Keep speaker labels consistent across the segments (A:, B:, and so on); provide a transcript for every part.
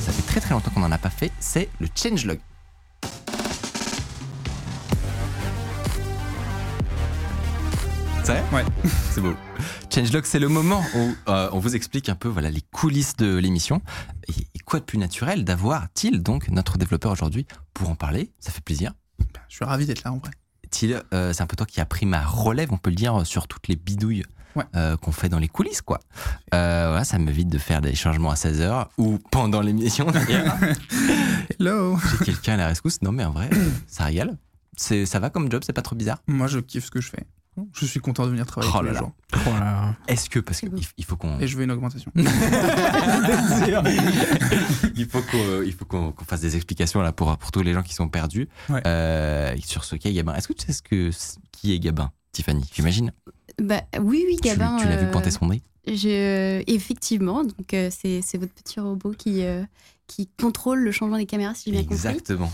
A: ça fait très très longtemps qu'on n'en a pas fait, c'est le changelog. C'est vrai
B: Ouais.
A: C'est beau. Changelog, c'est le moment où euh, on vous explique un peu voilà, les coulisses de l'émission. Et, et quoi de plus naturel d'avoir Thiel, donc notre développeur aujourd'hui, pour en parler Ça fait plaisir.
B: Je suis ravi d'être là en vrai.
A: Thiel, euh, c'est un peu toi qui as pris ma relève, on peut le dire, sur toutes les bidouilles
B: Ouais.
A: euh, qu'on fait dans les coulisses, quoi. Euh, voilà, ça m'évite de faire des changements à 16h ou pendant l'émission, d'ailleurs.
B: Hello
A: J'ai quelqu'un à la rescousse. Non, mais en vrai, euh, ça régale. C'est, ça va comme job, c'est pas trop bizarre.
B: Moi je kiffe ce que je fais. Je suis content de venir travailler
A: Oh
B: tous
A: là
B: les
A: là.
B: jours.
A: Est-ce que, parce qu'il il faut qu'on,
B: Et je veux une augmentation.
A: il faut qu'on, il faut qu'on, qu'on fasse des explications là pour, pour tous les gens qui sont perdus
B: Ouais.
A: euh, sur ce qu'est Gabin. Est-ce que tu sais ce que, qui est Gabin, Tiffany J'imagine.
C: Bah, oui, oui,
A: Tu-
C: Gabin.
A: tu, l'as vu
C: euh,
A: pointer son nez.
C: je- euh, Effectivement, donc euh, c'est c'est votre petit robot qui, euh, qui contrôle le changement des caméras, si j'ai bien compris.
A: Exactement.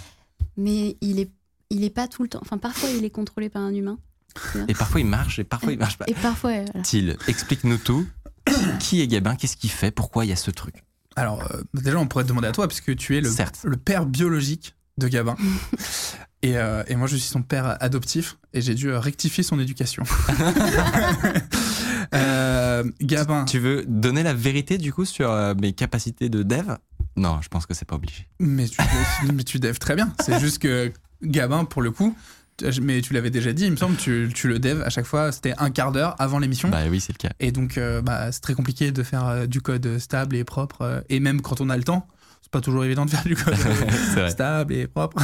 C: Mais il est, il est pas tout le temps. Enfin, parfois il est contrôlé par un humain.
A: Et parfois il marche et parfois il marche pas.
C: Et parfois. euh, voilà.
A: Til, explique-nous tout. qui est Gabin Qu'est-ce qu'il fait Pourquoi il y a ce truc
B: Alors euh, déjà on pourrait te demander à toi puisque tu es le,
A: Certes.
B: le père biologique de Gabin. Et, euh, et moi je suis son père adoptif et j'ai dû euh, rectifier son éducation. Euh, Gabin,
A: Tu veux donner la vérité du coup sur euh, mes capacités de dev Non, je pense que c'est pas obligé.
B: Mais tu, mais tu devs très bien. C'est juste que Gabin, pour le coup, tu- mais tu l'avais déjà dit, il me semble, tu, tu le devs à chaque fois, c'était un quart d'heure avant
C: Hein
B: l'émission.
A: Bah oui, c'est le cas.
B: Et donc, euh, bah, c'est très compliqué de faire euh, du code stable et propre. euh, et même quand on a le temps, c'est pas toujours évident de faire du code euh,
A: c'est vrai.
B: stable et propre.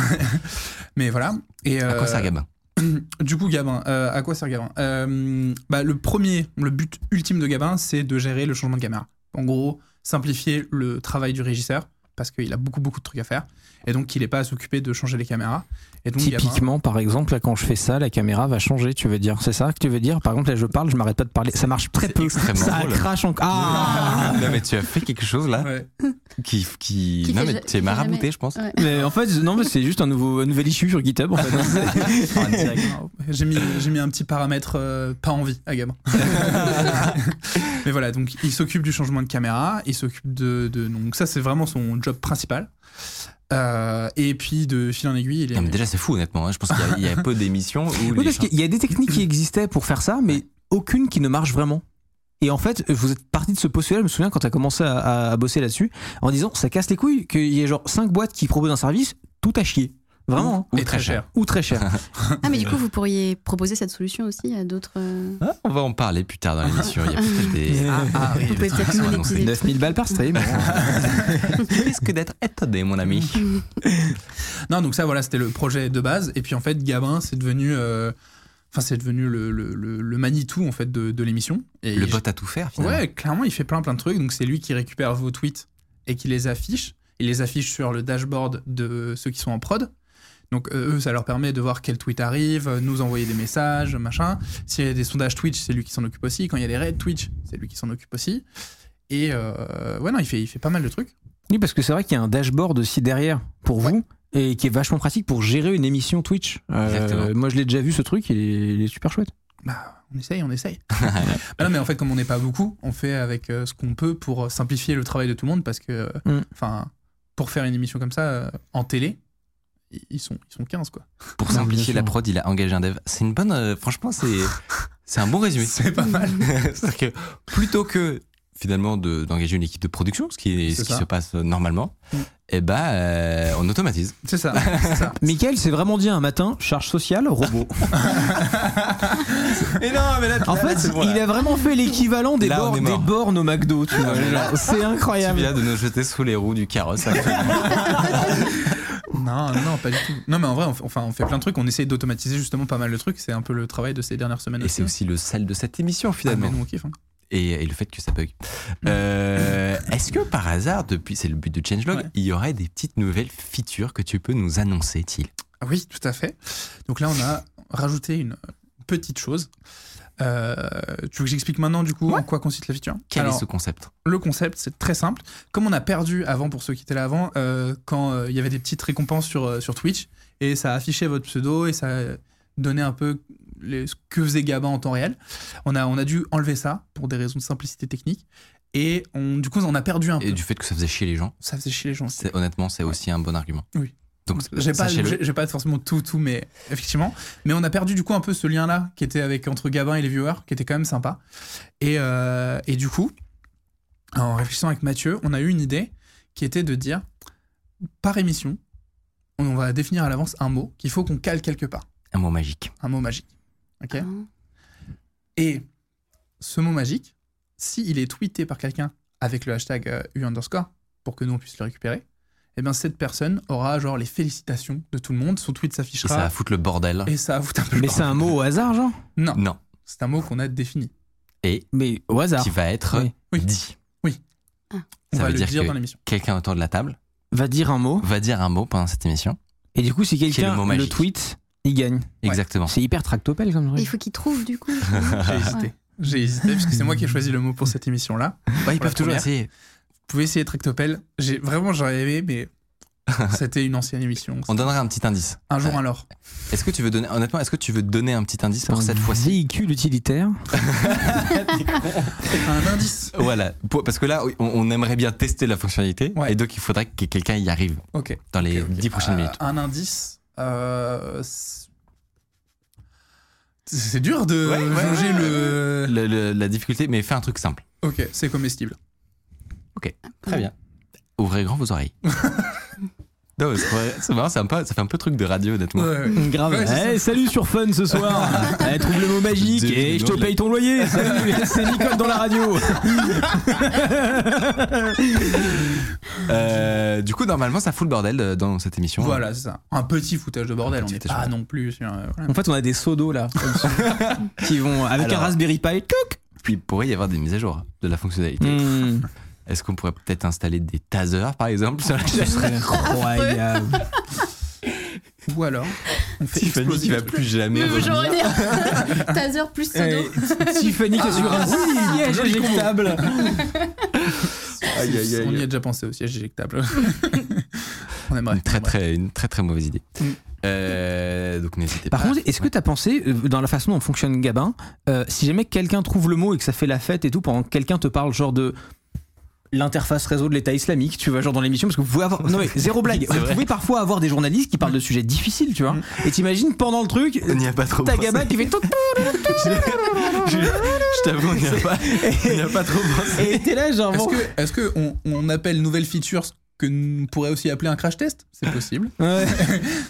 B: mais voilà. Et,
A: À quoi sert
B: euh,
A: Gabin
B: du coup, Gabin, euh, à quoi sert Gabin Euh, bah, Le premier, le but ultime de Gabin, c'est de gérer le changement de caméra. En gros, simplifier le travail du régisseur, parce qu'il a beaucoup, beaucoup de trucs à faire, et donc il n'est pas à s'occuper de changer les caméras. Et donc, Gabin-
D: Typiquement, par exemple, là, quand je fais ça, la caméra va changer, tu veux dire. C'est ça que tu veux dire Par exemple, là, je parle, je m'arrête pas de parler. Ça marche très
A: C'est
D: peu.
A: extrêmement
D: Ça
A: drôle.
D: crache encore. Ah
A: non mais tu as fait quelque chose là
B: Ouais.
A: qui qui,
C: Qui
A: non
C: fait
A: mais
C: ja-
A: tu
C: qui
A: es
C: fait
A: marabouté
C: jamais.
A: je pense.
C: Ouais.
D: Mais en fait, non, mais c'est juste un, nouveau, un nouvel issue sur GitHub, en fait.
B: Ah, direct. J'ai mis, j'ai mis un petit paramètre euh, pas envie à Gabin. Mais voilà, donc il s'occupe du changement de caméra, il s'occupe de, de- Donc ça, c'est vraiment son job principal. Euh, et puis de fil en aiguille, il est.
A: Non, mais déjà c'est fou honnêtement, hein. je pense qu'il y a- il y, a peu d'émissions où
D: Oui,
A: les
D: parce
A: gens-
D: qu'il y a des techniques qui existaient pour faire ça, mais aucune qui ne marche vraiment. Et en fait, vous êtes parti de ce postulat, je me souviens quand tu as commencé à, à- à bosser là-dessus, en disant ça casse les couilles qu'il y ait genre 5 boîtes qui proposent un service, tout à chier. Vraiment. hein.
B: et très cher.
D: Ou très cher.
C: Ah, mais du coup, vous pourriez proposer cette solution aussi à d'autres. euh,
A: Ah, on va en parler plus tard dans l'émission, il y a peut-être des
D: Ah, ah,
A: des
C: Vous pouvez
A: trucs
C: peut-être
A: qui sont
C: monétiser.
A: annoncés.
D: 9000 balles par stream.
A: Qui risque d'être étonné mon ami.
B: Non, donc ça, voilà, c'était le projet de base. Et puis en fait, Gabin, c'est devenu. euh, Enfin, c'est devenu le, le, le, le Manitou en fait de, de l'émission. Et
A: Le
B: il-
A: bot à tout faire finalement.
B: Ouais, clairement, il fait plein plein de trucs. Donc c'est lui qui récupère vos tweets et qui les affiche. Il les affiche sur le dashboard de ceux qui sont en prod. Donc euh, eux, ça leur permet de voir quel tweet arrive, euh, nous envoyer des messages, machin. S'il y a des sondages Twitch, c'est lui qui s'en occupe aussi. Quand il y a des raids Twitch, c'est lui qui s'en occupe aussi. Et euh, ouais, non, il fait, il fait pas mal de trucs.
D: Oui, parce que c'est vrai qu'il y a un dashboard aussi derrière pour vous et qui est vachement pratique pour gérer une émission Twitch. Euh,
A: Exactement.
D: moi, je l'ai déjà vu ce truc, il est, il est super chouette.
B: Bah, on essaye, on essaye. Bah non, mais en fait, comme on n'est pas beaucoup, on fait avec euh, ce qu'on peut pour simplifier le travail de tout le monde parce que, euh,
D: Mm.
B: enfin, pour faire une émission comme ça euh, en télé, i- ils sont, ils sont 15, quoi.
A: Pour
D: Non,
A: simplifier
D: bien sûr.
A: la prod, il a engagé un dev. C'est une bonne euh, franchement c'est c'est un bon résumé.
B: C'est pas mal.
A: C'est-à-dire que plutôt que finalement de- d'engager une équipe de production, ce qui, est-
B: C'est
A: ce qui
B: ça.
A: se passe euh, normalement,
B: Mm.
A: eh ben, euh, on automatise.
B: C'est ça, c'est ça.
D: Michael s'est vraiment dit un matin charge sociale, robot.
A: Et non, mais là,
D: En fait, il a vraiment fait l'équivalent des,
A: Là, on
D: bornes-
A: est
D: des
A: mort.
D: bornes au McDo, tu vois.
A: Ah, mais là-
D: genre, C'est
A: Tu
D: incroyable.
A: viens de nous jeter sous les roues du carrosse. hein.
B: Non, non, pas du tout. Non, mais en vrai, on fait, enfin, on fait plein de trucs. On essaie d'automatiser justement pas mal de trucs. Ah, C'est un peu le travail de ces dernières semaines. hein.
A: Et c'est aussi le sel de cette émission
B: Ah, Mm. mais
A: finalement.
B: nous, on kiffe, hein.
A: et, et le fait que ça bug. Euh, Est-ce que par hasard, depuis, c'est le but de Changelog,
B: Ouais.
A: il y aurait des petites nouvelles features que tu peux nous annoncer, Thiel
B: Ah Oui, tout à fait. Donc là, on a rajouté une petite chose. Euh, tu veux que j'explique maintenant, du coup, en quoi consiste la feature
A: Quel
B: Alors,
A: est ce concept
B: Le concept, c'est très simple. Comme on a perdu avant, pour ceux qui étaient là avant, euh, quand euh, il y avait des petites récompenses sur, euh, sur Twitch, et ça affichait votre pseudo, et ça donnait un peu les- ce que faisait Gaba en temps réel, on a, on a dû enlever ça pour des raisons de simplicité technique. Et on, du coup, on a perdu un peu.
A: Et du fait que ça faisait chier les gens,
B: Ça faisait chier les gens.
A: c'est- honnêtement, c'est aussi un bon argument.
B: Oui.
A: Donc,
B: J'ai pas,
A: sachez-le.
B: j'ai j'ai pas forcément tout, tout, mais effectivement. Mais on a perdu du coup un peu ce lien-là qui était avec entre Gabin et les viewers, qui était quand même sympa. Et, euh, et du coup, en réfléchissant avec Mathieu, on a eu une idée qui était de dire par émission, on va définir à l'avance un mot qu'il faut qu'on cale quelque part,
A: Un mot magique.
B: un mot magique. Ok.
C: Hein.
B: Et ce mot magique, s'il est tweeté par quelqu'un avec le hashtag euh, U underscore, pour que nous on puisse le récupérer, eh bien cette personne aura genre les félicitations de tout le monde, son tweet
A: Et ça
B: s'affichera.
A: va foutre le bordel.
B: Et ça fout un peu le
D: Mais c'est un mot au hasard, genre
B: Non,
A: Non.
B: c'est un mot qu'on a défini.
A: Et
D: Mais au hasard.
A: qui va être
D: Oui.
B: Oui.
A: dit.
B: On
A: Ça
B: va
A: veut
B: le
A: dire
B: dire,
A: que-
B: dans l'émission.
A: Quelqu'un autour de la table
D: Va dire un mot.
A: va dire un mot pendant cette émission.
D: Et du coup, si
A: est le
D: quelqu'un
A: mot
D: le,
A: magique.
D: tweet, il gagne.
A: Exactement.
D: C'est hyper tractopelle comme
C: Et
D: truc.
C: Il faut qu'il trouve du coup.
B: J'ai hésité. J'ai hésité parce que c'est moi qui ai choisi le mot pour cette émission-là.
A: Bah, ils
B: Pour la
A: peuvent toujours
B: première.
A: essayer.
B: Vous pouvez essayer Tractopelle. J'ai vraiment j'aurais aimé, mais c'était une ancienne émission.
A: On donnera un petit indice.
B: Un jour alors.
A: Est-ce que tu veux donner, honnêtement, est-ce que tu veux donner un petit indice pour
D: Un
A: cette fois-ci
D: Véhicule utilitaire.
B: Un indice.
A: Voilà, Pour- parce que là, on, on aimerait bien tester la fonctionnalité,
B: Ouais.
A: et donc il faudrait que quelqu'un y arrive
B: Ok.
A: dans les
B: Ok, ok.
A: dix prochaines
B: Euh,
A: minutes.
B: Un indice. euh, c'est- c'est dur de
A: Ouais, ouais,
B: jauger
A: ouais,
B: le.
A: Le- le- la difficulté, mais fais un truc simple.
B: Ok, c'est comestible.
A: Très bien. Ouvrez grand vos oreilles. non, mais c'est vrai, c'est marrant, c'est un peu- ça fait un peu truc de radio, honnêtement.
D: Grave.
B: Ouais, c'est
D: Eh, salut sur Fun ce soir. Eh, trouve le mot magique
A: Deux
D: et je te
A: secondes,
D: paye ton loyer. Salut, c'est Nicole dans la radio.
A: Euh, du coup, normalement, ça fout le bordel euh, dans cette émission.
B: Voilà, c'est ça. Un petit foutage de bordel.
A: Un
B: On
A: petit
B: n'est
A: foutage de
B: pas
A: bordel.
B: non plus. sur un- voilà.
D: En fait, on a des seaux d'eau là qui vont avec
A: Alors.
D: un Raspberry Pi. Cook.
A: Puis il pourrait y avoir des mises à jour de la fonctionnalité.
B: Mm.
D: Hmm.
A: Est-ce qu'on pourrait peut-être installer des tasers, par exemple, sur la
D: Ce serait incroyable.
B: Ou alors, on fait
A: Tiffany qui
B: exploser.
A: va plus jamais
C: Mais
A: revenir.
C: j'aurais dit Taser plus pseudo.
D: Eh, Tiffany qui est sur un siège
B: joli combo.
D: éjectable.
A: Aïe, aïe, aïe.
B: On y a déjà pensé aussi, éjectable. on aimerait.
A: Une très
B: on aimerait.
A: très, une très très mauvaise idée.
B: Mm.
A: Euh, donc n'hésitez pas.
D: Par contre, est-ce que
A: Ouais.
D: tu as pensé, euh, dans la façon dont fonctionne Gabin, euh, si jamais quelqu'un trouve le mot et que ça fait la fête et tout, pendant que quelqu'un te parle genre de l'interface réseau de l'État islamique, tu vois, genre dans l'émission, parce que vous pouvez avoir... Non mais, zéro blague,
A: C'est
D: vous
A: vrai. Mm.
D: pouvez parfois avoir des journalistes qui parlent de sujets difficiles, tu vois, et t'imagines pendant le truc...
A: on n'y a pas trop
D: T'as
A: pensé.
D: Gabin qui fait tout
A: je je t'avoue, on n'y a, pas- on n'y a pas trop pensé.
D: et t'es là genre
B: Est-ce
D: bon.
B: que, est-ce que on, on appelle nouvelle feature ce que nous pourrait aussi appeler un crash test C'est possible.
D: Ouais.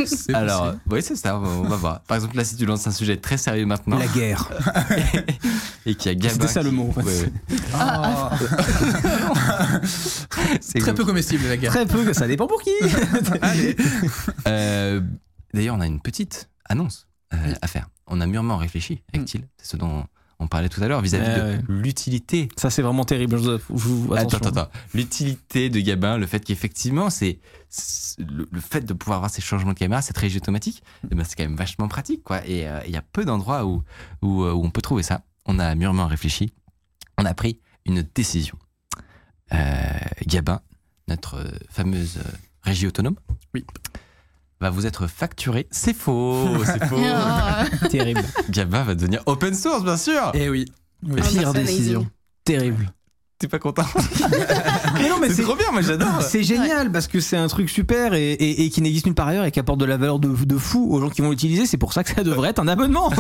B: C'est
A: Alors,
B: possible.
A: euh, oui, c'est ça, on va voir. Par exemple, là, si tu lances un sujet très sérieux maintenant
D: la guerre
A: et qu'il y a Gabin.
D: C'était ça,
A: qui-
D: le mot, en fait.
A: Ouais, ouais.
B: Ah,
A: C'est
B: très
A: ouf.
B: peu comestible la guerre.
D: très peu ça dépend pour qui
B: Allez.
A: Euh, D'ailleurs, on a une petite annonce euh, à faire. On a mûrement réfléchi avec
B: Mm.
A: Thiel. C'est ce dont on parlait tout à l'heure vis-à-vis
D: Hmm. Ouais,
A: de l'utilité
D: ça c'est vraiment terrible je vous- je vous-
A: Attends,
D: attention.
A: attends, attends. L'utilité de Gabin, le fait qu'effectivement, c'est c'est- le, le fait de pouvoir avoir ces changements de caméra, c'est très automatique. eh ben, c'est quand même vachement pratique, quoi. Et euh, il y a peu d'endroits où, où, euh, où on peut trouver ça. On a mûrement réfléchi. On a pris une décision. Euh, Gabin, notre euh, fameuse euh, régie autonome,
B: Oui.
A: va vous être facturé. C'est faux, c'est faux.
C: Ah,
D: terrible
A: Gabin va devenir open source, bien sûr.
B: Eh oui. Oui.
C: Ah, bah,
D: pire
C: c'est
D: décision
C: amazing.
D: terrible
A: T'es pas content
D: Mais non, mais
A: C'est
D: c'est
A: trop bien, moi j'adore.
D: C'est génial parce que c'est un truc super et, et- et qui n'existe nulle part ailleurs et qui apporte de la valeur de, de fou aux gens qui vont l'utiliser. C'est pour ça que ça devrait être un abonnement.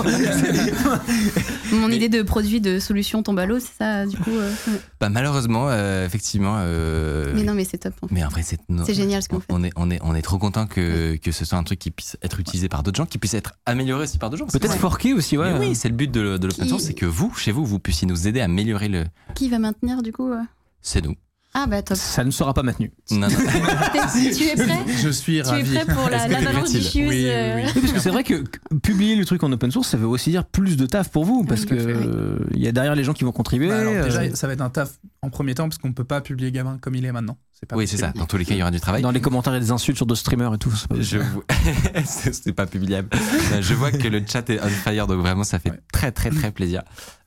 C: Mon idée de produit de solution tombe à l'eau, c'est ça du coup. euh, ouais.
A: Bah, malheureusement, euh, effectivement. euh,
C: Mais non, mais c'est top. hein.
A: Mais en vrai, c'est no-
C: C'est génial ce qu'on fait.
A: On est, on, est, on est trop content que, que ce soit un truc qui puisse être utilisé par d'autres gens, qui puisse être amélioré aussi par d'autres gens. parce que
D: Peut-être
A: c'est-
D: forqué aussi, ouais.
A: Mais oui, c'est le but de, le- de l'open
C: Qui-
A: source, c'est que vous, chez vous, vous puissiez nous aider à améliorer le.
C: Qui va maintenir du coup euh
A: C'est nous.
C: Ah bah top.
D: Ça ne sera pas maintenu.
A: Non, non.
C: T'es- tu es prêt
B: Je suis
C: Tu es
B: ravi.
C: prêt pour la-
A: que
C: l'avalanche du
A: t'es
C: shoes
B: Oui, oui,
C: euh,
B: oui.
D: Oui, parce que c'est vrai que que publier le truc en open source, ça veut aussi dire plus de taf pour vous, parce
C: Oui,
D: que
C: tout à fait, oui.
D: euh, il y a derrière les gens qui vont contribuer.
B: Bah alors, déjà,
D: euh,
B: ça va être un taf en premier temps parce qu'on peut pas publier Gamin comme il est maintenant. C'est pas
A: Oui, c'est
B: possible.
A: ça. Dans tous les cas, il y aura du travail.
D: dans les commentaires, il y a des insultes sur d'autres streamers et tout. c'est pas possible.
A: Je vois... C'est- c'est pas publiable. Non, Je vois que le chat est on fire, donc vraiment ça fait
B: Ouais.
A: très très très plaisir.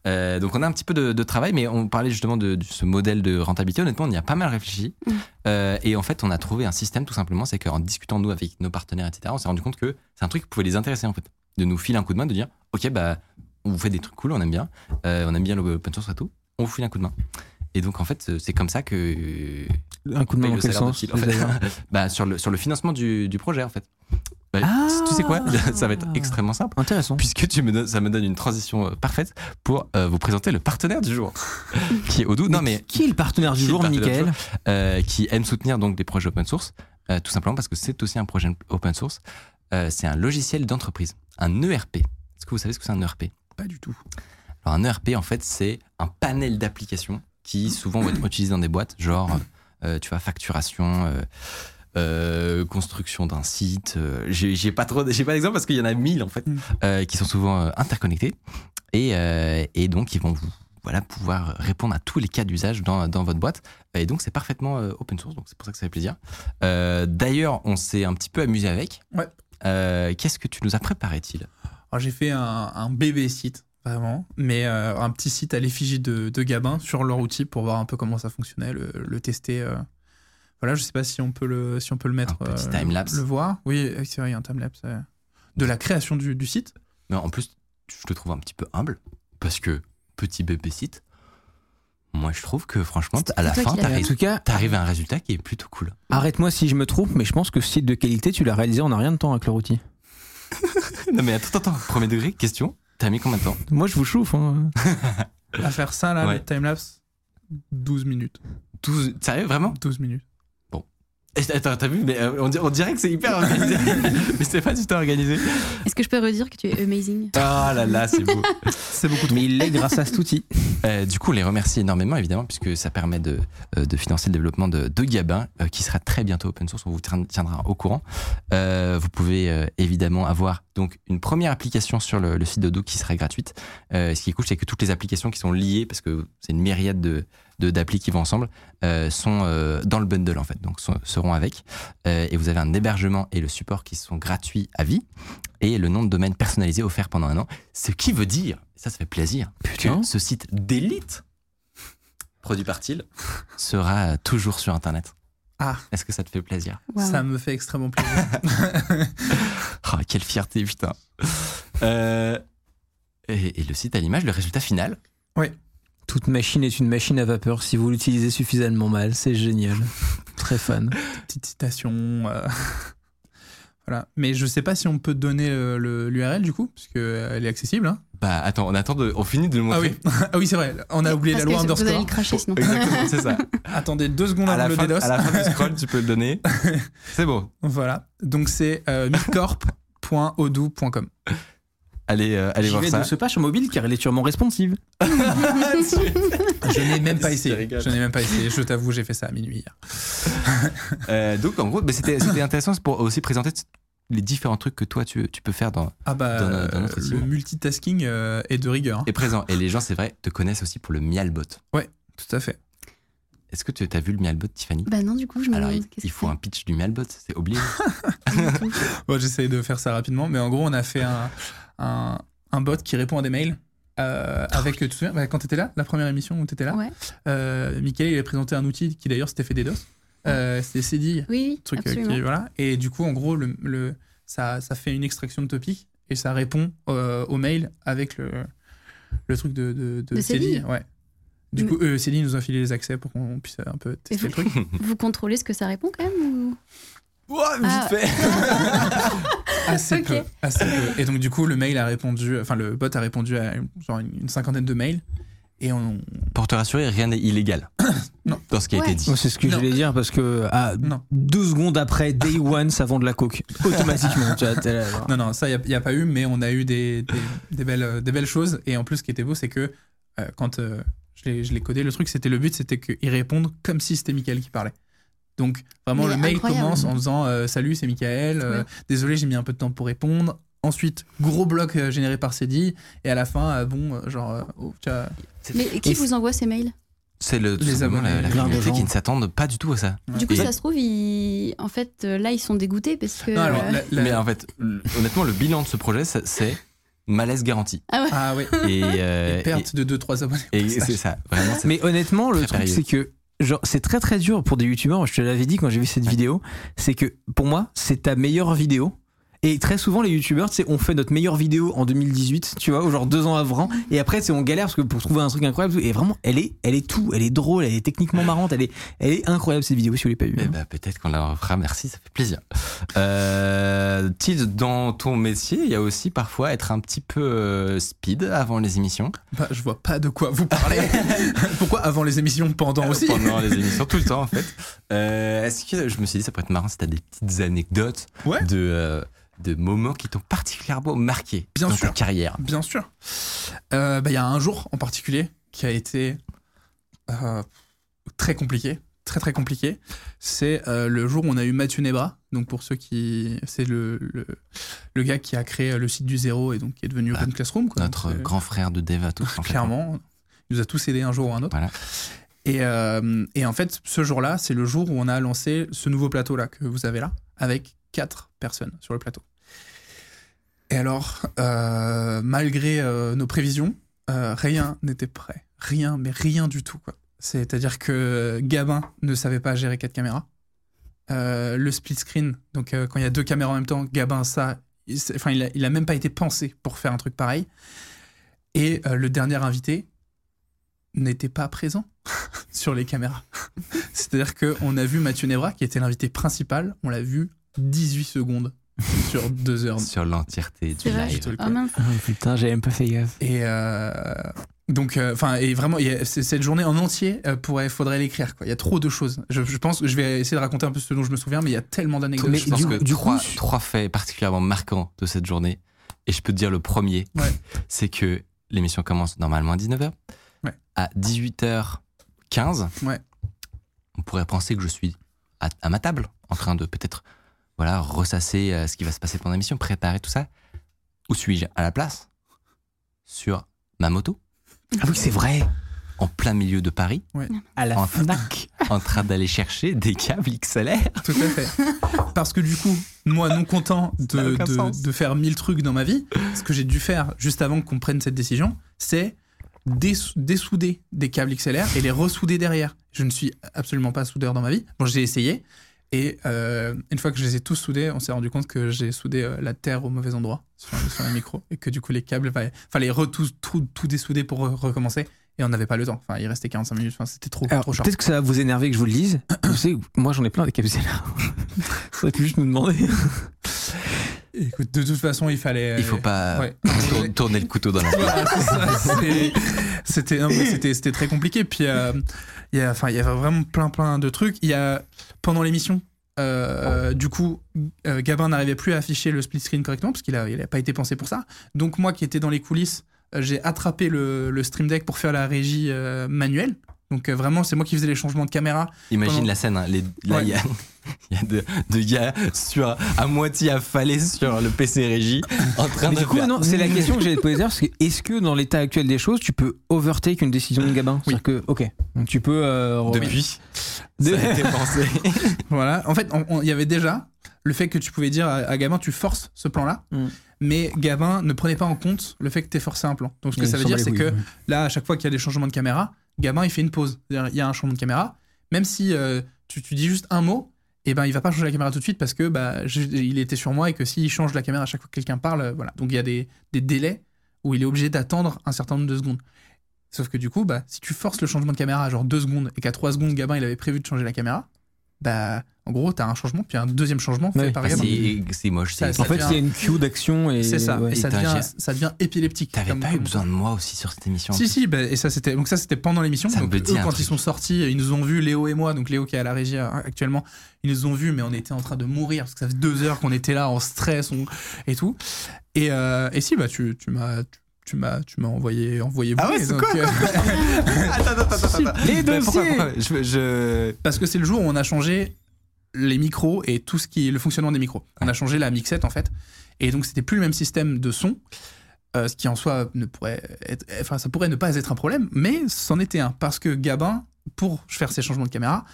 A: Euh, donc on a un petit peu de, de travail, mais on parlait justement de, de ce modèle de rentabilité. Honnêtement, on y a pas mal réfléchi. Euh, et en fait, on a trouvé un système tout simplement, c'est qu'en discutant nous avec nos partenaires, etc., on s'est rendu compte que c'est un truc qui pouvait les intéresser en fait, de nous filer un coup de main, de dire, ok, bah on vous fait des trucs cool, on aime bien, euh, on aime bien l'open source et tout, on vous file un coup de main. Et donc en fait, c'est comme ça que
D: Un coup de main
A: paye
D: dans
A: le
D: quel
A: salaire de
D: sens
A: Phil, en fait. bah, sur, le, sur le financement du, du projet, en fait. Bah,
D: Ah.
A: tu sais quoi Ça va être extrêmement simple.
D: Intéressant.
A: Puisque tu me donnes- ça me donne une transition euh, parfaite pour euh, vous présenter le partenaire du jour, qui est Odoo. Non, mais
D: Qui est le partenaire
A: Qui
D: du
A: est le
D: jour,
A: partenaire du
D: Michael
A: euh, qui aime soutenir donc des projets open source, euh, tout simplement parce que c'est aussi un projet open source. Euh, c'est un logiciel d'entreprise, un ERP. Est-ce que vous savez ce que c'est un E ERP
B: Pas du tout.
A: alors, un ERP, en fait, c'est un panel d'applications qui souvent vont être utilisées dans des boîtes, genre, euh, tu vois, facturation, euh, euh, construction d'un site. euh, j'ai j'ai pas trop, j'ai pas d'exemple parce qu'il y en a mille, en fait,
B: Mm.
A: euh, qui sont souvent euh, interconnectés. Et, euh, et donc, ils vont vous. Voilà, pouvoir répondre à tous les cas d'usage dans, dans votre boîte. Et donc, c'est parfaitement euh, open source, donc c'est pour ça que ça fait plaisir. Euh, D'ailleurs, on s'est un petit peu amusé avec.
B: Ouais.
A: Euh, Qu'est-ce que tu nous as préparé, il
B: Alors j'ai fait un, un bébé site, vraiment, mais euh, un petit site à l'effigie de, de Gabin sur leur outil pour voir un peu comment ça fonctionnait, le, le tester. euh. Voilà, je sais pas si on peut le, si on peut le mettre.
A: Un petit
B: euh,
A: timelapse.
B: Le voir. Oui, euh, c'est vrai, il y a un timelapse. euh, de la création du, du site.
A: Mais en plus, je te trouve un petit peu humble parce que petit bébé site, moi je trouve que franchement,
C: C'est-
A: à la
C: c'est toi
A: fin,
C: qui l'as
D: En
A: t'arrives
D: tout cas,
A: t'arrives à un résultat qui est plutôt cool.
D: arrête-moi si je me trompe, mais je pense que ce site de qualité, tu l'as réalisé en un rien de temps avec leur outil.
A: non mais attends, attends, premier degré, question, t'as mis combien de temps
D: Moi, je vous chauffe. hein.
B: À faire ça, là,
A: Ouais.
B: le timelapse, 12 minutes.
A: 12, sérieux, vraiment
B: 12 minutes.
A: Et Attends, t'as vu, mais euh, on, di- on dirait que c'est hyper organisé, mais c'est pas du tout organisé.
C: Est-ce que je peux redire que tu es amazing
A: Ah là là, c'est beau.
D: C'est beaucoup trop. Mais il l'est grâce à cet outil.
A: Euh, du coup, on les remercie énormément, évidemment, puisque ça permet de, euh, de financer le développement de, de Gabin, euh, qui sera très bientôt open source. On vous tien- tiendra au courant. Euh, vous pouvez euh, évidemment avoir donc une première application sur le, le site d'Odo qui sera gratuite. Euh, ce qui est cool, c'est que toutes les applications qui sont liées, parce que c'est une myriade de de- d'applis qui vont ensemble, euh, sont euh, dans le bundle en fait, donc sont- seront avec. Euh, et vous avez un hébergement et le support qui sont gratuits à vie, et le nom de domaine personnalisé offert pendant un an. Ce qui veut dire, ça, ça fait plaisir,
D: Putain.
A: que ce site d'élite, produit par Thiel, sera toujours sur Internet.
B: Ah.
A: Est-ce que ça te fait plaisir
C: Waouh.
B: Ça me fait extrêmement plaisir.
A: Ah, Quelle fierté, putain. Euh, et, et le site à l'image, le résultat final.
D: Toute machine est une machine à vapeur si vous l'utilisez suffisamment mal. C'est génial. Très fan.
B: Petite citation. euh, voilà. Mais je sais pas si on peut donner l'URL, le, l'URL du coup, parce que, euh, elle est accessible. hein.
A: Bah attends, on attend, de, on finit de le
B: Ah
A: montrer.
B: oui, ah oui c'est vrai, on a oublié
C: Parce
B: la loi
C: que Vous allez
B: underscore.
C: le cracher sinon.
A: Exactement, c'est ça.
B: Attendez deux secondes
A: À
B: avant
A: la,
B: le
A: fin,
B: DDoS.
A: à la fin du scroll, tu peux le donner. C'est bon.
B: Voilà, donc c'est euh, midcorp.odoo.com.
A: Allez, euh, allez
D: Je
A: voir
D: vais
A: ça.
D: de ce pas sur mobile car elle est sûrement responsive.
B: Je n'ai même pas
A: Je
B: essayé.
A: rigole.
B: Je n'ai même pas essayé. Je t'avoue, j'ai fait ça à minuit hier.
A: Euh, donc en gros, bah, c'était c'était intéressant c'est pour aussi présenter les différents trucs que toi tu, tu peux faire dans,
B: Ah bah,
A: Dans un- dans notre
B: euh,
A: outil,
B: le
A: ouais.
B: multitasking euh, est de rigueur. hein.
A: est présent. Et les gens, c'est vrai, te connaissent aussi pour le Mialbot.
B: Tout à fait.
A: Est-ce que tu as vu le Mialbot, Tiffany
C: Bah non, du coup, je me
A: Alors,
C: demande
A: il,
C: qu'est-ce
A: il
C: que
A: faut un pitch du Mialbot, c'est obligé.
B: Bon, j'essaye de faire ça rapidement, mais en gros, on a fait un, un, un bot qui répond à des mails. euh, avec, tu te souviens, bah, quand t'étais là, la première émission où t'étais là,
C: Ouais.
B: euh, Michael, il a présenté un outil qui d'ailleurs s'était fait des DOS. Euh, C'était CDI.
C: Oui, oui,
B: truc euh,
C: absolument.
B: qui- voilà et du coup en gros le, le- ça, ça fait une extraction de topic et ça répond euh, au mail avec le, le truc de, de, de
C: De
B: Céline.
C: Céline.
B: ouais du
C: Mais-
B: coup euh, Céline nous a filé les accès pour qu'on puisse euh, un peu tester
C: vous-
B: le truc
C: Vous contrôlez ce que ça répond quand même ou... Ah.
A: fait
B: assez,
C: Ok.
B: peu, assez peu. et donc du coup le mail a répondu enfin le bot a répondu à une- genre une, une cinquantaine de mails et on
A: Pour te rassurer, rien n'est illégal
B: Non.
A: dans ce qui a
C: Ouais.
A: été dit.
D: Moi, c'est ce que
B: Non.
D: j'allais dire parce que à
B: Non.
D: deux secondes après, Day One, ça vend de la coke. Automatiquement. tu vois, t'es là, genre.
B: non non ça il n'y a, pas eu mais on a eu des, des, des belles, des belles choses et en plus ce qui était beau c'est que euh, quand euh, je- Je l'ai- je l'ai codé. Le truc, c'était le but, c'était qu'ils répondent comme si c'était Michael qui parlait. Donc, vraiment,
C: Mais
B: le mail
C: incroyable.
B: commence en faisant euh, Salut, c'est Michael. euh, Désolé, j'ai mis un peu de temps pour répondre. Ensuite, gros bloc euh, généré par Cédille. Et à la fin, euh, bon, euh, genre, euh, oh, tu as-
C: Mais qui
D: Et-
C: vous envoie ces mails
A: C'est le, tout
B: Les
A: simplement
B: abonnés,
A: la, la
D: plein de
A: communauté
D: gens.
A: qui ne s'attendent pas du tout à ça.
C: Du coup,
A: Et-
C: ça se trouve, ils... en fait, euh, là, ils sont dégoûtés parce que.
B: Non, alors,
C: euh,
B: la- la-
A: Mais en fait, l- honnêtement, le bilan de ce projet, ça- c'est malaise garanti.
B: Ah oui,
A: Et, euh,
B: perte de 2-3 abonnés.
A: et- et
B: au passage.
A: c'est ça, vraiment. c'est-
D: Mais honnêtement, le
A: Très
D: truc,
A: périlleux.
D: c'est que genre c'est très très dur pour des youtubeurs. Je te l'avais dit quand j'ai vu cette vidéo, c'est que pour moi, c'est ta meilleure vidéo. Et très souvent, les youtubeurs, tu sais, on fait notre meilleure vidéo en 2018, tu vois, ou genre deux ans avant, et après, c'est on galère parce que pour trouver un truc incroyable, et vraiment, elle est, elle est tout, elle est drôle, elle est techniquement marrante, elle est, elle est incroyable cette vidéo si vous l'avez pas vue.
A: Eh
D: hein.
A: ben, peut-être qu'on la refera, merci, ça fait plaisir. Euh, Tid, dans ton métier, il y a aussi parfois être un petit peu euh, speed avant les émissions.
B: Bah, je vois pas de quoi vous parlez. Pourquoi avant les émissions, pendant aussi
A: Euh, Pendant les émissions, tout le temps en fait. Euh, Est-ce que je me suis dit, ça pourrait être marrant si t'as des petites anecdotes
B: Ouais.
A: de, euh, de moments qui t'ont particulièrement marqué
B: Bien
A: dans
B: sûr.
A: ta carrière
B: Bien sûr. Euh, bah, Il y a un jour en particulier qui a été euh, très compliqué. Très très compliqué. C'est euh, le jour où on a eu Mathieu Nebra. Donc pour ceux qui. C'est le, le, le gars qui a créé euh, le site du zéro et donc qui est devenu
A: Ah,
B: Open Classroom. Quoi.
A: Notre
B: Donc, euh,
A: grand frère de Dev à tous. en fait.
B: Clairement. Il nous a tous aidés un jour ou un autre.
A: Voilà.
B: Et, euh, et en fait, ce jour-là, c'est le jour où on a lancé ce nouveau plateau-là que vous avez là, avec quatre personnes sur le plateau. Et alors, euh, malgré euh, nos prévisions, euh, rien n'était prêt. Rien, mais rien du tout. quoi. C'est-à-dire que Gabin ne savait pas gérer quatre caméras. Euh, le split screen, donc euh, quand il y a deux caméras en même temps, Gabin, ça, il, s'est- enfin, il, a, il a même pas été pensé pour faire un truc pareil. Et euh, le dernier invité n'était pas présent sur les caméras. C'est-à-dire qu'on a vu Mathieu Nebra, qui était l'invité principal, on l'a vu 18 secondes sur deux heures.
A: Sur l'entièreté du
C: C'est vrai.
A: live.
C: Ah, mince.
D: Ah, putain, j'avais même pas fait gaffe.
B: Et euh, donc, enfin, et vraiment, il y a- c- cette journée en entier, euh, pourrait, faudrait l'écrire. quoi. Il y a trop de choses. Je, je pense que je vais essayer de raconter un peu ce dont je me souviens, mais il y a tellement d'anecdotes.
A: Mais
B: je
A: je
B: pense
A: pense
D: du-
A: que
D: du
A: trois,
D: coup, je-
A: trois faits particulièrement marquants de cette journée, et je peux te dire le premier,
B: Ouais.
A: c'est que l'émission commence normalement à 19h.
B: Ouais.
A: À 18h15,
B: Ouais.
A: on pourrait penser que je suis à, à ma table, en train de peut-être voilà, ressasser euh, ce qui va se passer pendant l'émission, préparer tout ça. Où suis-je À la place Sur ma moto,
D: Ah oui, c'est vrai.
A: en plein milieu de Paris,
D: À la
A: En-
D: Fnac.
A: en train d'aller chercher des câbles XLR
B: Tout à fait. Parce que du coup, moi, non content
A: Ça n'a
B: de,
A: aucun
B: de-
A: sens.
B: de faire mille trucs dans ma vie, ce que j'ai dû faire juste avant qu'on prenne cette décision, c'est dés- dessouder des câbles XLR et les ressouder derrière. Je ne suis absolument pas soudeur dans ma vie. Bon, j'ai essayé. Et euh, une fois que je les ai tous soudés, on s'est rendu compte que j'ai soudé euh, la terre au mauvais endroit sur, sur les micros et que du coup les câbles, il fallait re- tout, tout- tout dessouder pour re- recommencer et on n'avait pas le temps. Enfin, il restait 45 minutes, Enfin, c'était trop,
D: Alors,
B: trop short.
D: peut-être que ça va vous énerver que je vous le dise. vous savez, moi, j'en ai plein des capsules. Vous pu juste me demander.
B: Écoute, de toute façon, il fallait.
A: Il faut pas
B: Euh, Ouais.
A: tour- tourner le couteau dans la
B: Voilà, c'est ça, c'est- c'était non, mais c'était c'était très compliqué puis euh, il y a enfin il y avait vraiment plein plein de trucs il y a pendant l'émission euh, euh, du coup, euh, Gabin n'arrivait plus à afficher le split screen correctement parce qu'il a, il a pas été pensé pour ça. Donc moi qui étais dans les coulisses, euh, j'ai attrapé le, le stream deck pour faire la régie euh, manuelle. Donc euh, vraiment, c'est moi qui faisais les changements de caméra.
A: Imagine
B: Pendant-
A: la scène, hein, les- là
B: Ouais.
A: il y a, il y a deux, deux gars sur, à moitié affalés sur le PC Régie en train
D: Mais
A: de
D: du coup,
A: faire-
D: non, c'est la question que j'allais te poser, parce que est-ce que dans l'état actuel des choses, tu peux overtake une décision de Gabin
B: Oui.
D: C'est-à-dire que, ok, donc tu peux. euh, re-
A: Oh, Depuis,
D: De-
A: ça a été pensé.
B: Voilà. En fait, on- on- il y avait déjà le fait que tu pouvais dire à, à Gabin, tu forces ce plan-là.
D: Mm.
B: Mais Gabin ne prenait pas en compte le fait que tu forcé un plan. Donc ce que
D: Il
B: ça
D: me
B: veut dire, c'est que
D: semblait, oui.
B: là, à chaque fois qu'il y a des changements de caméra, Gabin, il fait une pause. C'est-à-dire, Il y a un changement de caméra, même si euh, tu, tu dis juste un mot, et ben, il va pas changer la caméra tout de suite parce que bah, je- il était sur moi et que s'il change la caméra à chaque fois que quelqu'un parle, euh, voilà. Donc il y a des, des délais où il est obligé d'attendre un certain nombre de secondes. Sauf que du coup, bah, si tu forces le changement de caméra à genre 2 secondes et qu'à 3 secondes, Gabin il avait prévu de changer la caméra, bah en gros, t'as un changement puis un deuxième changement fait
D: Ouais.
B: par
A: Ah,
B: Gabin.
A: c'est- C'est moche. c'est-
B: Ça- ça
D: En fait,
B: devient-
D: il y a une queue d'action et.
B: C'est ça,
D: ouais.
B: et ça
A: Putain,
B: devient,
A: j'ai-
B: ça devient épileptique.
A: T'avais
B: comme-
A: pas eu
B: comme-
A: besoin de moi aussi sur cette émission.
B: si, si, bah, et ça c'était donc ça c'était pendant l'émission.
A: Ça
B: Donc,
A: me dit
B: eux,
A: un
B: quand
A: truc.
B: ils sont sortis, ils nous ont vus, Léo et moi. Donc Léo qui est à la régie euh, actuellement, ils nous ont vus, mais on était en train de mourir parce que ça fait deux heures qu'on était là en stress on- et tout. Et, euh, et si, bah tu, tu m'as tu, tu m'as tu m'as envoyé envoyé
E: Ah ouais,
B: bouler,
E: c'est
B: donc,
E: quoi
B: euh,
E: Attends, attends, attends, attends.
D: Les
A: Mais pourquoi-
D: dossiers
A: pourquoi je, je-
B: parce que c'est le jour où on a changé les micros et tout ce qui est le fonctionnement des micros. On a changé la mixette en fait et donc c'était plus le même système de son. euh, ce qui en soi ne pourrait être, enfin ça pourrait ne pas être un problème, mais c'en était un parce que Gabin, pour faire ses changements de caméra,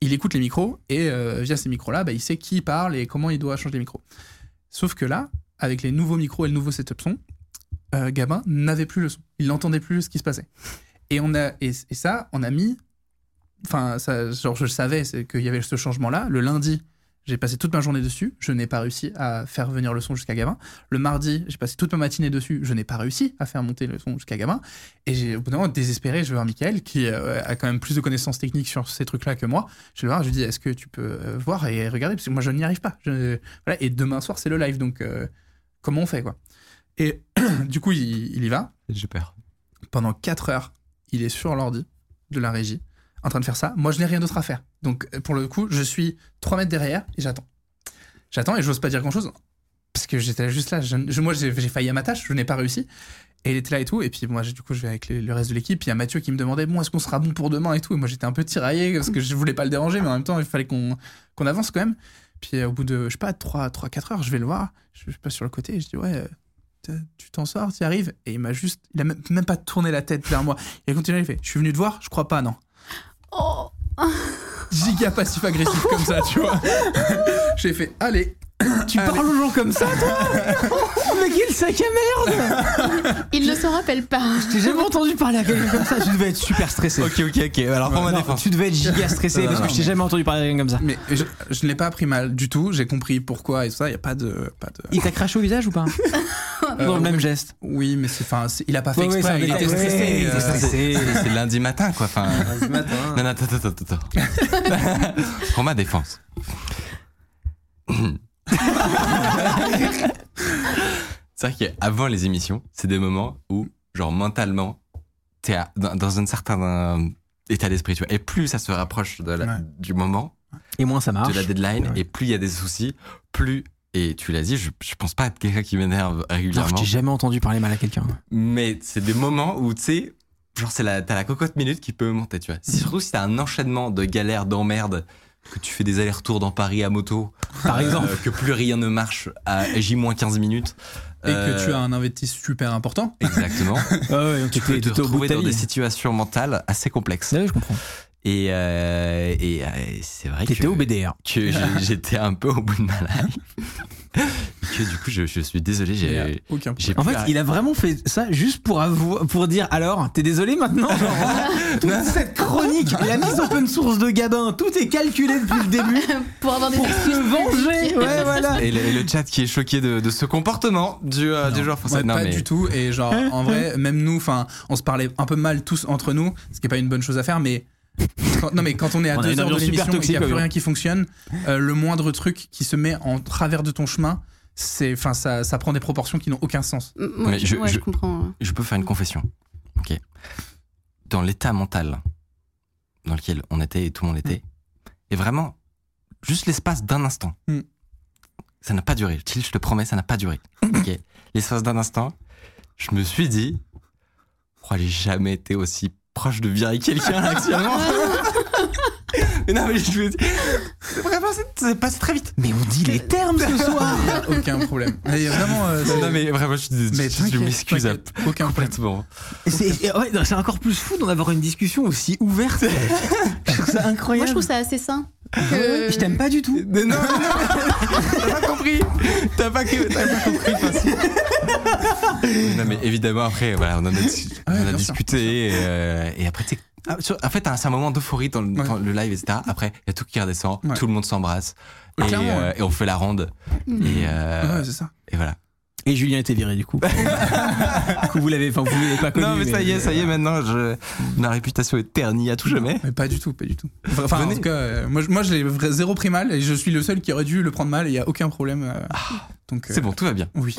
B: il écoute les micros et euh, via ces micros-là, bah, il sait qui parle et comment il doit changer les micros. Sauf que là, avec les nouveaux micros et le nouveau setup son, euh, Gabin n'avait plus le son. Il n'entendait plus ce qui se passait. Et, on a, et, et ça, on a mis. Enfin, ça, genre, je savais c'est qu'il y avait ce changement-là. Le lundi, j'ai passé toute ma journée dessus. Je n'ai pas réussi à faire venir le son jusqu'à Gabin. Le mardi, j'ai passé toute ma matinée dessus. Je n'ai pas réussi à faire monter le son jusqu'à Gabin. Et j'ai, au bout d'un moment, désespéré, je vais voir Michael, qui euh, a quand même plus de connaissances techniques sur ces trucs-là que moi. Je vais le voir, je lui dis Est-ce que tu peux euh, voir et regarder Parce que moi, je n'y arrive pas. Je- voilà. Et demain soir, c'est le live. Donc, euh, comment on fait, quoi Et du coup, il- il y va
A: J'ai peur.
B: pendant 4 heures, il est sur l'ordi de la régie, en train de faire ça. Moi, je n'ai rien d'autre à faire. Donc, euh, pour le coup, je suis 3 mètres derrière et j'attends. J'attends et j'ose pas dire grand-chose. Parce que j'étais juste là. Je, je- moi, j'ai j'ai failli à ma tâche, je n'ai pas réussi. Et il était là et tout. Et puis, moi, j'ai- du coup, je vais avec les- le reste de l'équipe. Il y a Mathieu qui me demandait Bon, est-ce qu'on sera bon pour demain et tout. Et moi, j'étais un peu tiraillé parce que je voulais pas le déranger, mais en même temps, il fallait qu'on qu'on avance quand même. Puis, euh, au bout de, je sais pas, 3-4 heures, je vais le voir. Je, je passe sur le côté et je dis Ouais, euh, T'as- tu t'en sors, tu arrives. Et il m'a juste, il a même, même pas tourné la tête vers moi. Il a continué, il fait, je suis venu te voir, je crois pas, non.
C: Oh,
B: Giga passif agressif comme ça, tu vois. J'ai fait, allez.
D: Tu
B: Allez.
D: parles aux gens comme ça, toi Mais quel sac à merde
C: il ne s'en rappelle pas.
D: J'ai jamais entendu parler à quelqu'un comme ça. Tu devais être super stressé.
A: Ok, ok, ok. Alors, prends ma
D: Non,
A: défense.
D: tu devais être giga stressé parce que je t'ai jamais entendu parler à quelqu'un comme ça.
B: Mais je, je ne l'ai pas pris mal du tout. J'ai compris pourquoi et tout ça. Il y a pas de, pas de.
D: Il t'a craché au visage ou pas Dans le même geste.
B: Euh, Oui, mais c'est, enfin, c'est- il a pas fait
D: Ouais, ouais,
B: exprès.
D: c'est un
B: il
D: détail.
B: était stressé.
D: Ouais, il était
B: euh,
A: C'est-
D: stressé.
A: C'est c'est lundi matin, quoi. Enfin, non, non, attends, attends, attends, attends. Prends ma défense. c'est vrai qu'avant les émissions, c'est des moments où, genre, mentalement, t'es à- dans, dans un certain euh, état d'esprit, tu vois. Et plus ça se rapproche de la-
B: Ouais.
A: du moment,
D: Et moins ça marche.
A: de la deadline, et plus il y a des soucis, plus, et tu l'as dit, je, je pense pas être quelqu'un qui m'énerve
D: Genre, je
A: régulièrement.
D: t'ai jamais entendu parler mal à quelqu'un.
A: Mais c'est des moments où, tu sais, genre, c'est la, t'as la cocotte minute qui peut monter, tu vois.
D: Mm.
A: Si- Surtout si t'as un enchaînement de galères, d'emmerdes, que tu fais des allers-retours dans Paris à moto,
D: Par
A: euh,
D: exemple.
A: que plus rien ne marche à J-15 minutes. euh,
B: Et que tu as un investissement super important.
A: Exactement. tu peux te
D: T'étais au bout de
A: retrouver
D: ta
A: dans des
D: vie.
A: situations mentales assez complexes.
D: Ouais, je comprends.
A: Et, euh, et, euh, c'est vrai
D: T'étais
A: que-
D: au BDR.
A: que j'ai- j'étais un peu au bout de ma life. que du coup, je, je suis désolé,
B: Il y a
A: j'ai.
B: aucun problème.
A: j'ai
D: En
A: pu
D: fait,
A: arrêter.
D: il a vraiment fait ça juste pour avou- pour dire alors, t'es désolé maintenant genre, hein, Toute cette chronique, la mise open source de Gabin, tout est calculé depuis le début
C: Pour avoir des
D: pour se venger. Ouais, voilà.
A: Et le, et le chat qui est choqué de, de ce comportement du,
D: Ah,
A: euh, du joueur français.
B: Ouais,
A: Non,
B: pas
A: mais-
B: du tout. Et genre, en vrai, même nous, enfin, on se parlait un peu mal tous entre nous, ce qui est pas une bonne chose à faire, mais. quand- non mais quand on est à
D: On a une
B: deux heures de
D: ambiance super
B: l'émission et qu'il n'y a
D: toxique,
B: plus
D: oui.
B: rien qui fonctionne, euh, le moindre truc qui se met en travers de ton chemin, c'est, enfin ça, ça prend des proportions qui n'ont aucun sens.
C: Moi,
A: Mais
C: je,
A: je-
C: ouais, je
A: je-
C: comprends. hein.
A: Je peux faire une confession. Ok. Dans l'état mental dans lequel on était et tout le monde était,
B: Hmm.
A: et vraiment, juste l'espace d'un instant,
B: Mm.
A: ça n'a pas duré. Till, je te promets, ça n'a pas duré. Ok. L'espace d'un instant, je me suis dit, oh, j'ai jamais été aussi proche de virer quelqu'un actuellement. mais non, mais je me dis, vraiment, c'est- c'est passé très vite.
D: Mais on dit les termes ce soir.
B: Il y a aucun problème. Et vraiment. euh, c'est-
A: Non, mais vraiment, je,
B: mais
A: je- je
B: t'inquiète,
A: m'excuse à-
B: t'inquiète, aucun problème.
A: complètement.
D: Et C'est et ouais, non, c'est encore plus fou d'en avoir une discussion aussi ouverte. je trouve ça
C: Moi, je
D: incroyable. Ah
C: trouve ça assez sain.
D: Ouais,
C: que-
D: Je t'aime pas du tout.
A: Mais non, mais non, t'as pas compris. T'as pas, que- t'as pas compris. le principe. non, mais évidemment, après, voilà, on en a, dis- on en a
B: bien sûr,
A: discuté. Et, euh, et après, tu sais, ah, sur- en fait, t'as- c'est un moment d'euphorie dans, le-
B: Ouais.
A: dans le live, etc. Après, il y a tout qui redescend,
B: Ouais.
A: tout le monde s'embrasse.
B: Ouais,
A: Et,
B: clairement,
A: euh,
B: ouais. Mmh.
A: et on fait la ronde. Et, euh,
B: Ouais, c'est ça.
A: et voilà.
D: Et Julien était viré du coup. Du coup, vous l'avez enfin, vous l'avez pas connu.
A: non, mais, ça y est, ça y est, maintenant, je... ma réputation est ternie à tout jamais.
B: Mais pas du tout, pas du tout. Enfin,
A: Venez.
B: en tout cas, euh, moi, je- moi je l'ai vra- zéro pris mal et je suis le seul qui aurait dû le prendre mal et il n'y a aucun problème. euh, donc, euh,
A: C'est bon, tout va bien.
B: Oui.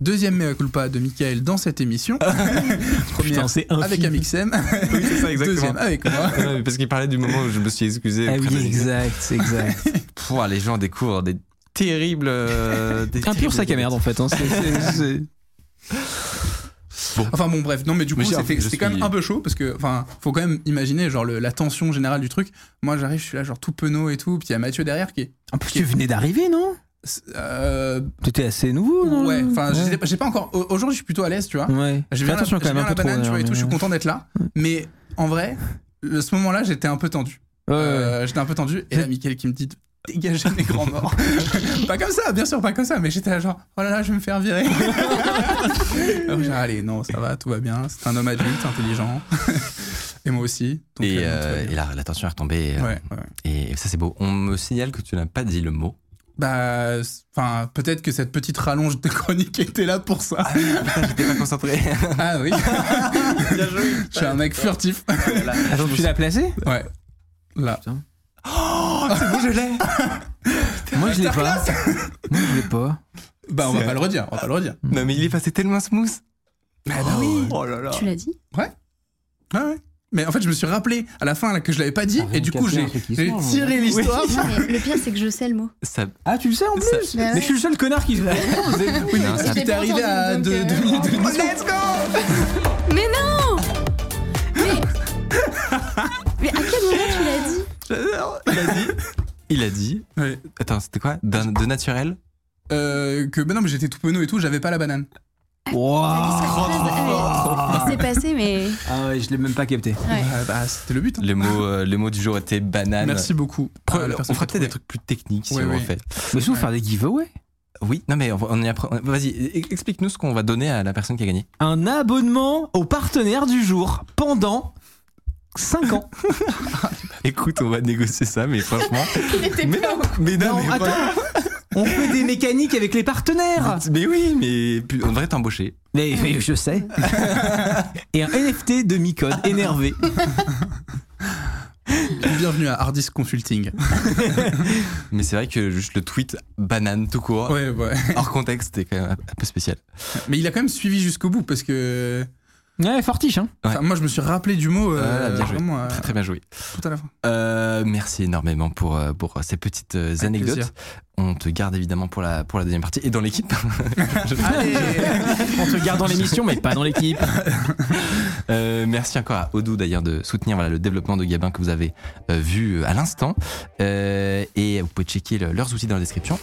B: Deuxième mea culpa de Michael dans cette émission.
D: Putain,
B: Première
D: c'est infini.
B: avec Amixem.
A: Oui, c'est ça,
B: Deuxième avec moi.
A: Ouais, mais parce qu'il parlait du moment où je me suis excusé.
D: Ah
A: auprès
D: oui,
A: de-
D: exact, exact.
A: Pouah, les gens découvrent des terribles. euh, des
D: Un pur
A: terribles
D: sac à merde en fait. hein, c'est- c'est- c'est-
A: Bon.
B: Enfin bon, bref, non, mais du coup,
A: Mais j'ai-
B: c'était
A: je
B: c'était quand
A: suis-
B: même un peu chaud parce que, enfin, faut quand même imaginer, genre, le- la tension générale du truc. Moi, j'arrive, je suis là, genre, tout penaud et tout. Puis il y a Mathieu derrière qui est.
D: En plus, tu venais d'arriver, non
B: euh,
D: T'étais assez nouveau, non
B: ouais, enfin, je sais pas- j'ai pas encore. au- Aujourd'hui, je suis plutôt à l'aise, tu vois.
D: Ouais.
B: J'ai
D: Fais
B: bien, la-
D: attention
B: j'ai
D: quand même un
B: bien
D: peu
B: la banane, tu
D: trop. hein, euh,
B: vois, et tout, je suis
D: ouais.
B: content d'être là. Mais en vrai, le- ce moment-là, j'étais un peu tendu.
D: Ouais, ouais.
B: Euh, j'étais un peu tendu. Et là, Mickaël qui me dit dégagez mes grands morts. pas comme ça, bien sûr, pas comme ça. Mais j'étais là, genre, oh là là, je vais me faire virer. Alors, j'ai dit, allez, non, ça va, tout va bien. C'est un homme adulte, intelligent. et moi aussi. Donc,
A: Et,
B: euh, non, tout va
A: euh,
B: bien.
A: et la, la tension est retombée. euh,
B: Ouais, ouais.
A: Et ça, c'est beau. On me signale que tu n'as pas dit le mot.
B: Bah, c'est- enfin, peut-être que cette petite rallonge de chronique était là pour ça.
A: J'étais pas concentré.
B: Ah oui. Je suis un mec furtif.
D: Attends, tu l'as placé
B: Ouais. Là.
A: c'est bon, je l'ai.
D: Moi, je l'ai pas. Moi, je l'ai pas.
B: Bah, on va pas le redire. On va pas le redire.
A: Non, mais il est passé tellement smooth.
B: Ah bah oui.
C: Tu l'as dit
B: Ouais, ouais. Mais en fait, je me suis rappelé à la fin là, que je l'avais pas dit,
D: vient
B: et
D: de
B: du coup,
D: casser
B: j'ai
D: un truc qui
B: j'ai
D: sort,
B: tiré l'histoire.
C: Non, mais Le pire, c'est que je sais le mot.
A: Ça,
D: Ah, tu le sais en plus
C: Bah ouais.
D: Mais je suis le seul connard qui.
B: Oui,
A: Non,
B: mais
A: ça-
B: t'es
C: Je l'ai
B: arrivé
C: pas
B: à
C: entendu,
B: deux,
C: donc,
B: deux
C: euh,
B: minutes de l'émission.
C: Mais non mais... mais à quel moment tu l'as dit
A: il a dit. Il a dit.
B: Ouais.
A: Attends, c'était quoi D'un- De naturel
B: Euh, que, bah non, mais j'étais tout penaud et tout, j'avais pas la banane.
D: Waouh
C: Ah, mais C'est passé, mais.
D: Ah ouais, je l'ai même pas capté.
C: Ouais.
B: Bah, bah, c'était le but. hein.
A: le mot, euh, le mot du jour était banane.
B: Merci beaucoup.
A: Pre-
B: à la
A: on
B: personne
A: fera
B: qui a
A: peut-être des
B: trouvé.
A: trucs plus techniques si
B: Oui,
A: on
B: oui.
A: refait.
D: Mais sinon,
B: Ouais.
D: faire des giveaways
A: Oui, non mais on va- on y apprend. Vas-y, e- explique-nous ce qu'on va donner à la personne qui a gagné.
D: Un abonnement au partenaire du jour pendant 5 ans.
B: Ah,
A: Écoute, on va négocier ça, mais franchement. mais non, mais non,
D: Non,
A: mais,
D: attends
A: voilà.
D: On fait des mécaniques avec les partenaires
A: Mais oui, mais pu- on devrait t'embaucher.
D: mais, mais je sais. Et un NFT demi-code énervé.
B: Bienvenue à Hardis Consulting.
A: Mais c'est vrai que juste le tweet banane tout court,
B: Ouais, ouais.
A: hors contexte, est quand même un un peu spécial.
B: Mais il a quand même suivi jusqu'au bout parce que.
D: Ouais, fortiche, hein.
B: enfin, moi, je me suis rappelé du mot. euh,
A: Voilà, Ah, bien joué.
B: vraiment, euh,
A: Très très bien joué.
B: tout à la fin.
A: Euh, merci énormément pour, euh, pour ces petites euh, anecdotes.
B: plaisir.
A: On te garde évidemment pour la, pour la deuxième partie et dans l'équipe.
D: On te garde dans l'émission, mais pas dans l'équipe.
A: Euh, merci encore à Odoo d'ailleurs de soutenir voilà, le développement de Gabin que vous Euh, avez euh, vu à l'instant. Euh, et vous pouvez checker le- leurs outils dans la description.